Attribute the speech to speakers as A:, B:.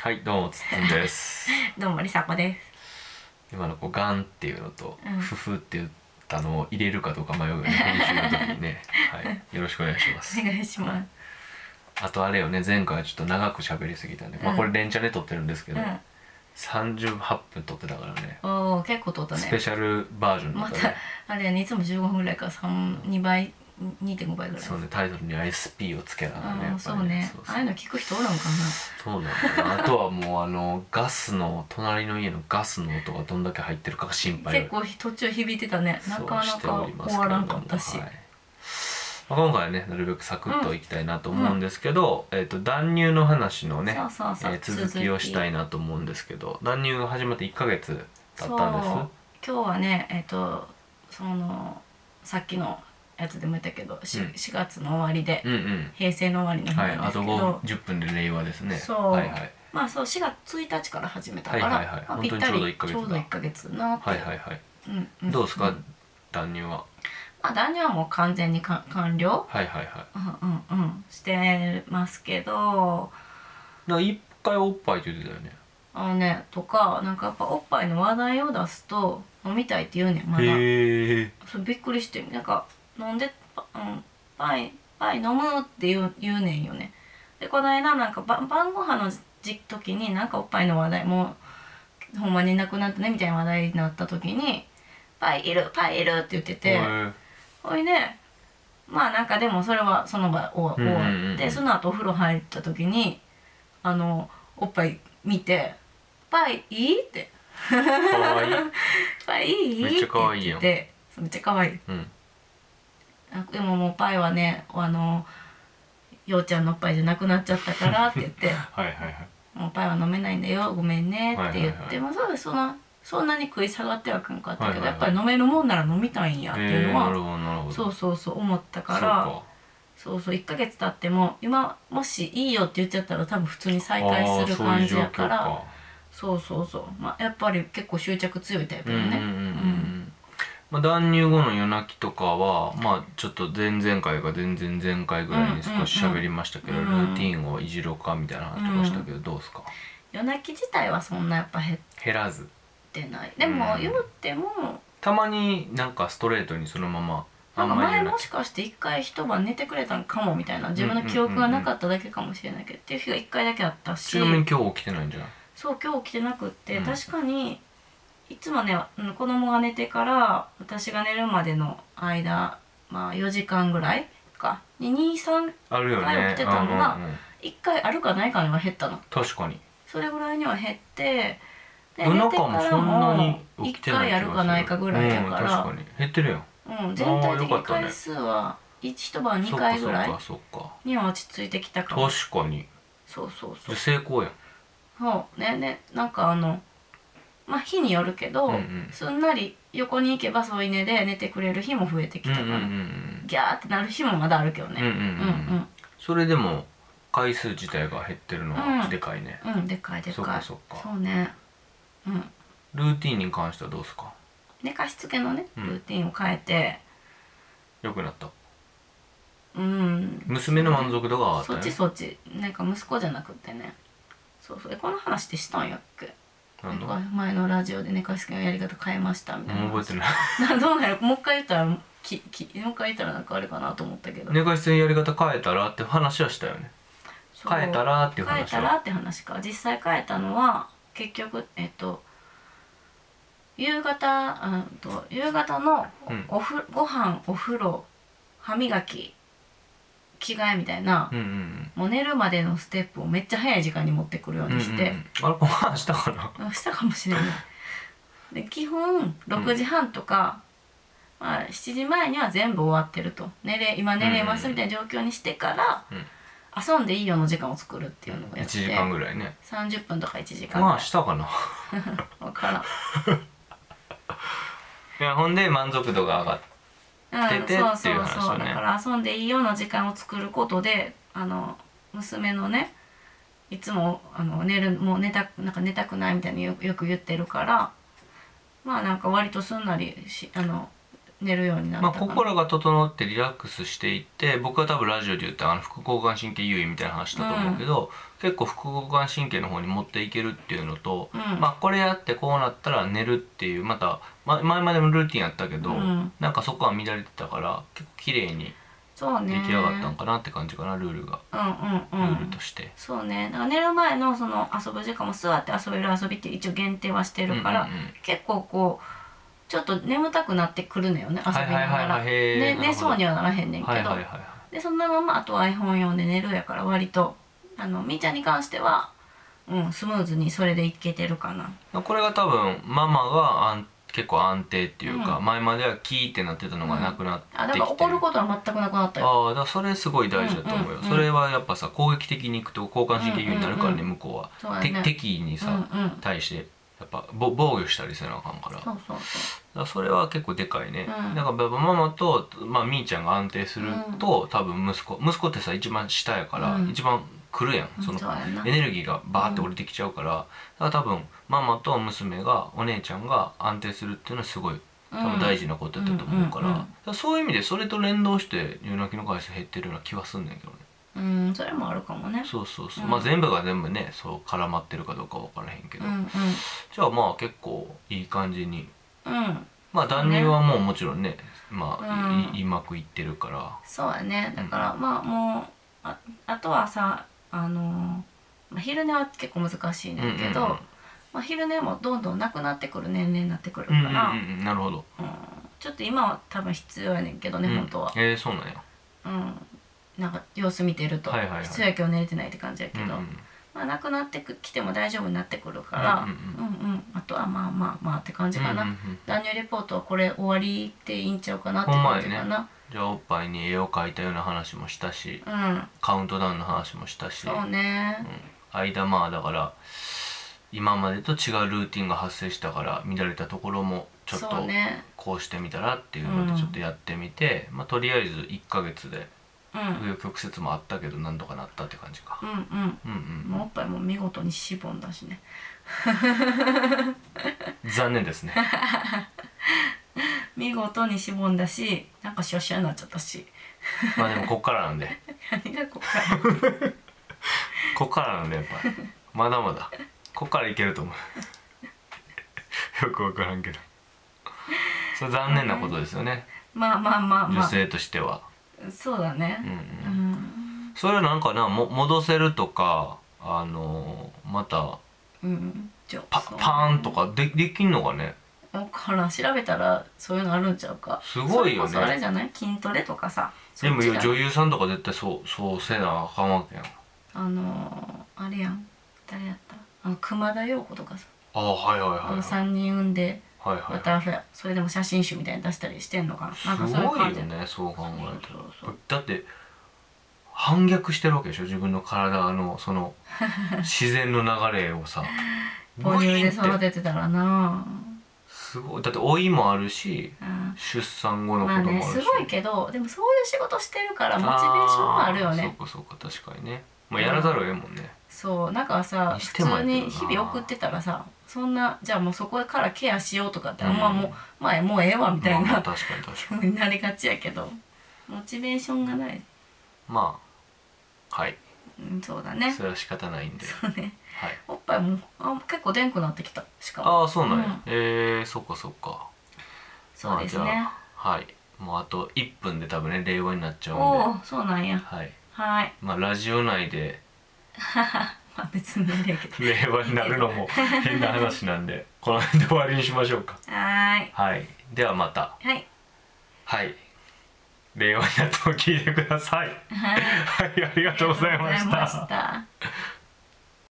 A: はいどうもつっつんです
B: どうもりさこです。
A: 今のこうガンっていうのと、
B: うん
A: フフって言ったのを入れるかどうか迷うよ ね編集の時にね、はい、よろしくお願いします
B: お願いします。
A: あとあれよね前回ちょっと長く喋りすぎたんで、まあこれ連チャンで撮ってるんですけど、
B: う
A: 38分撮ってたからね
B: ん。おお結構取った
A: スペ
B: ね。
A: シャルバージョンだ
B: ま
A: ったね
B: たあれやねいつも15分ぐらいから三二倍二点五倍ぐらい。
A: そうねタイトルに ISP をつけながらね
B: あ
A: や
B: あ
A: っぱ
B: そ
A: り
B: うね
A: そう。そ
B: あ
A: う
B: あいうの聞く人おるんか
A: そうなんだよねあとはもうあのガスの隣の家のガスの音がどんだけ入ってるかが心
B: な。
A: 配よ
B: 結構途中響いてたね。なかな
A: そうしてお
B: か
A: ります
B: 終
A: け
B: わ
A: れども
B: らんかったし
A: は。いまあ、今回はねなるべくサクッといきたいなと思うんですけど、えっ、と断乳の話のね
B: そうそうそう
A: えー続きをしたいなと思うんですけど断乳が始まって1ヶ月経ったんです
B: そう今日はねえっとそのさっきのやつでも言ったけどし
A: うん
B: 四月の終わりで
A: うんうん
B: 平成の終わりの日
A: はい
B: なんで
A: あ
B: す
A: と
B: け
A: 5
B: ど。
A: 10分で令和ですね
B: そう
A: はいはい
B: まあそう4月1日から始めたから、
A: はいはいはい
B: まあ、
A: 本
B: ぴ
A: 当
B: っ
A: に
B: たり
A: ちょうど一ヶ月だ
B: ちょうど1ヶ月なって、
A: はいはいはい
B: うんうん
A: どうですか、
B: ん
A: 断乳は
B: まあ、男女はもう完全にか完了、
A: はいはいはいだか
B: うんうんうん、してますけど
A: ら一回おっぱいって言ってたよね
B: あのねとかなんかやっぱおっぱいの話題を出すと飲みたいって言うねんまだ
A: へえ
B: そうびっくりしてなんか飲んでパ,、うん、パイパイ飲むって言う言うねんよねでこの間なんかば晩ご飯の時時になんかおっぱいの話題もうほんまになくなったねみたいな話題になった時に「パイいるパイいる」って言っててほいでまあなんかでもそれはその場を
A: うん
B: 終
A: うんうん
B: わってその後お風呂入った時にあのおっぱい見て「パイいい?」って
A: かわいい、
B: 「パイいい?」
A: めっちゃ可愛いやん
B: って言っててそうめっちゃ可愛い
A: うん、
B: あでももうパイはねあのようちゃんのパイじゃなくなっちゃったからって言って
A: はいはいはい
B: もうパイは飲めないんだよごめんねって言
A: はい
B: って、
A: はいはい
B: まあそうだそのそんなに食い下がってはくんかったけど、
A: はいはいはい
B: やっぱり飲めるもんなら飲みたいんやってい
A: へー
B: うの
A: なるほ
B: は、
A: どなるほど
B: そうそうそう思った
A: そ
B: か
A: う
B: らそうそう1ヶ月経っても今もしいいよって言っちゃったら多分普通に再開する感じやからそうそうそうまあ、やっぱり結構執着強いタイ
A: う
B: プ
A: ん
B: よ
A: うんうんう
B: ね、
A: んまあ、断乳後の夜泣きとかはまあちょっと前々回か前々前回ぐらいに少し喋りましたけど、
B: うんうんうん
A: ルーティンをいじろうかみたいな話とかしたけど、どうですか
B: 夜泣き自体はそんなやっぱ減っ
A: 減らず
B: てないでも、
A: うん
B: 言うても
A: たまになんかストレートにそのまま
B: なんか
A: んまり
B: 前
A: 夜
B: も
A: 泣き
B: しかして一回一晩寝てくれたんかもみたいな自分の記憶がなかっただけかもしれないけどっていう日が一回だけあったし
A: ちなみに今日起きてないんじゃない
B: そう今日起きてなくって、
A: うん
B: 確かにいつもねうん子供が寝てから私が寝るまでの間まあ4時間ぐらいかに23
A: あるよね
B: 前起きてたのが
A: うんうんうん
B: 一回あるかないかには減ったの
A: 確かに
B: それぐらいには減ってで
A: 夜中もそんなに起
B: 一
A: きてない
B: 回あるかないかぐらいだか、
A: うん、確からに減ってるよ
B: うん全体
A: あーよ
B: 的
A: かっ
B: に
A: たね
B: 回数は一晩2回ぐらい
A: そっかそっか
B: には落ち着いてきた
A: そ
B: か
A: っ
B: も
A: か確かに
B: そうそうそ
A: じゃ
B: う
A: あ成功やん
B: そうねねなんかあのまあ日によるけど、
A: うんうん
B: すんなり横に行けば添い寝で寝てくれる日も増えてきたから、
A: うんうんうん
B: ギャーってなる日もまだあるけど
A: うんうん
B: ね、
A: うんうんそれでも回数自体が減ってるのは
B: うん
A: でかいね、
B: うんうん、うん、でっかいでっ
A: そっ
B: か
A: か
B: い
A: そっか
B: うねうん
A: ルーティンに関してはどうですか
B: 寝かしつけのね
A: う
B: ル
A: ん
B: ーティンを変えて
A: 良くなった
B: うん、
A: 娘の満足度が上がった
B: そ
A: ね
B: っちそっちなんか息子じゃなくってねそうそうえこの話ってしたんやっけ
A: なんだ
B: なんか前のラジオで寝かしつけのやり方変えましたみたいな
A: もう覚えてない
B: な どうなるもう一回言ったらききもう一回言ったらなんかあれかなと思ったけど、
A: 寝かしつけのやり方変えたらって話はしたよね
B: そう
A: 変えたらっていう
B: 変え
A: 話
B: た
A: は
B: らって話か実際変えたのは結局えっと夕方あと夕方の
A: うん
B: おふ、ご飯お風呂歯磨き着替えみたいな、
A: うんうんうん
B: もう寝るまでのステップをめっちゃ早い時間に持ってくるようにして、
A: うんうんうんあれこの話したかな
B: あしたかもし れないで基本6時半とか、まあ、7時前には全部終わってると寝れ今寝れますみたいな状況にしてから、
A: うん
B: 遊んでいいよの時間を作るっていうのをや
A: 1
B: って
A: 時間ぐらいね
B: 30分とか1時間
A: まあしたかな
B: 分か
A: いやほんで満足度が上がっ
B: らん、
A: 出
B: うん、
A: て
B: そう
A: って
B: そ
A: いう
B: う
A: 話
B: そ
A: だ
B: う
A: ね
B: だから遊んでいいよの時間を作ることであの娘のねいつもあの寝るもう寝たなんか寝たくないみたいによよく言ってるからまあなんか割とすんなりしあの寝るようになった
A: まあ、
B: かな、
A: 心が整ってリラックスしていって僕は多分ラジオで言ったあの副交感神経優位みたいな話だと思うけど、結構副交感神経の方に持っていけるっていうのと、
B: うん
A: まあ、これやってこうなったら寝るっていうまた、ま、前までもルーティンやったけど、
B: うん
A: なんかそこは乱れてたから結構綺麗に
B: そう
A: 出
B: ね
A: 来上がったんかなって感じかなルールが
B: う
A: ル
B: んうんうん
A: ールとして。
B: そうねだから寝る前のその遊ぶ時間も座って遊べる遊びって一応限定はしてるから、
A: うんうんうん
B: 結構こうちょっと眠たくなってくるのよね遊びなが
A: はいはいはい
B: ら
A: はいへーな
B: で
A: るほ
B: 寝
A: ど
B: そうにはならへんねんけど、
A: はいはいはいはい
B: でそのままあとは iPhone 用で寝るやから割とあのみーちゃんに関しては、うん、スムーズにそれでいけてるかな
A: これが多分ママが安結構安定っていうか、
B: う
A: 前まではキーってなってたのがなくなってきて
B: あ
A: る
B: だから怒ることは全くなくなったよ
A: ああだからそれすごい大事だと思うよ、
B: うんうんうん
A: それはやっぱさ攻撃的にいくと交感神経優位になるからね、
B: うんうん
A: 向こう
B: そう
A: は、
B: だ
A: て
B: ね
A: 敵に
B: う
A: さ、
B: んうん
A: 対してやっぱぼ防御したりせなあかんからだ
B: そ
A: か
B: うそうそ
A: らそれは結構でかいね、
B: うん
A: だからやっぱママと、まあ、みーちゃんが安定すると、多分息子息子ってさ一番下やから、
B: うん
A: 一番来るやん
B: う
A: その
B: そうやんな
A: エネルギーがバーって降りてきちゃうから、だから多分ママと娘がお姉ちゃんが安定するっていうのはすごい多分大事なことだったと思うから,、
B: うんうんうんうん
A: だからそういう意味でそれと連動して夜泣きの回数減ってるような気はすんねんけどね
B: うん、うん、それもあるかもね
A: そうそうそう、
B: うん
A: まあ全部が全部ねそう絡まってるかどうかわからへんけど、
B: うんうん
A: じゃあまあ結構いい感じに
B: うん
A: まあ断乳はもうもちろんねまあ、
B: うん
A: いいうまくいってるから
B: そうやねだから、まあもうああとはさあのーまあ、昼寝は結構難しいねんけど、
A: うんうんうん
B: まあ、昼寝もどんどんなくなってくる年齢になってくる
A: う
B: か
A: んうん
B: ら、
A: うんうんなるほど、
B: うんちょっと今は多分必要やねんけどね、
A: うん
B: 本当は、
A: えー、そうなんや
B: うん、なんか様子見てると、
A: はいはいはい
B: 必要やけど寝れてないって感じやけ
A: うん
B: ど、
A: うんうん
B: まあ、なくなってくきても大丈夫になってくるから、
A: うん
B: うんうんあとはまあまあまあって感じかな、
A: うんうんうん
B: 断乳レポートはこれ終わりっていいんちゃうかなって
A: ほんまや
B: 感
A: ね
B: じかな、
A: じゃあおっぱいに絵を描いたような話もしたし
B: うん
A: カウントダウンの話もしたし、
B: そうね、
A: 間まあだから今までと違うルーティンが発生したから乱れたところもちょっと
B: そうね
A: こうしてみたらっていうの
B: う
A: で
B: ん
A: ちょっとやってみて、まあとりあえず1ヶ月で
B: うん
A: 紆余曲折もあったけどなんとかなったって感じか
B: う、ん
A: うん、
B: うん
A: うん
B: もうおっぱいも見事にしぼんだしね
A: 残念ですね
B: 見事にしぼんだしなんかシュワシュワになっちゃったし
A: まあでもこっからなんで
B: 何がこっから
A: こっからなんでやっぱりまだまだこっからいけると思う よくわからんけどそれ残念なことですよね
B: まあまあまあ
A: 女
B: ま
A: 性としては、
B: あそうだ
A: うんう
B: ね
A: ん
B: う、ん
A: それはなんかなも戻せるとかあのーまた
B: うんじゃあ
A: パ
B: そう
A: パーンとかでできんのかね
B: わからん調べたらそういうのあるんちゃうか
A: すごいよね
B: それこそあれじゃない筋トレとかさ
A: でも
B: そっちじゃん
A: 女優さんとか絶対そうそうせなあかんわけやんあ
B: あのー、あれやん誰やったあの熊田曜子とかさ、
A: あはいはいはい
B: あの3人産んで
A: はい
B: ま
A: は
B: たそれそれでも写真集みたいに出したりしてんのか
A: い
B: ななんか
A: す
B: そういう
A: ごいよ
B: 感じ
A: ねそう考えた
B: そうそうそ
A: ら
B: う
A: だって反逆してるわけでしょ自分の体のそ の自然の流れをさ
B: 母乳で
A: グイーン
B: 育
A: って
B: ててたらな
A: すごいだって老いもあるし
B: あうん
A: 出産後の子
B: まあ
A: 供も
B: ね
A: あ
B: す
A: るし
B: ごいけどでもそういう仕事してるからモチベーションもあるよね
A: あーそうかそうか確かにねまあやらざるを得んもんね
B: そうなんかさ
A: にして
B: 普
A: もや
B: 通
A: けどな
B: に日々送ってたらさそんなじゃあもうそこからケアしようとかってあんまもう、
A: うん
B: 前もうええわみたい
A: まあまあ
B: な
A: 確かに確かに
B: 風になりがちやけどモチベーションがない、
A: まあはい
B: うん、そうだね
A: それは仕方ないんで
B: そうね
A: はい
B: おっぱいもあ結構でんくなってきたしかも
A: ああそうなんや、
B: うん
A: えー、そっかそっか
B: そうです
A: まあじ
B: ね
A: ゃあはいもうあと1分で多分ね令和になっちゃ
B: お
A: うん
B: お
A: で
B: ーそうなんや
A: はい
B: はい
A: まあラジオ内で
B: まあ別にあれやけど
A: 令和になるの も変な話なんでこの辺で終わりにしましょうか
B: はーい
A: はいではまた
B: はい
A: はい令和になっても聞いてください
B: はい
A: はいありがとうございま
B: ありがとうございま
A: した
B: した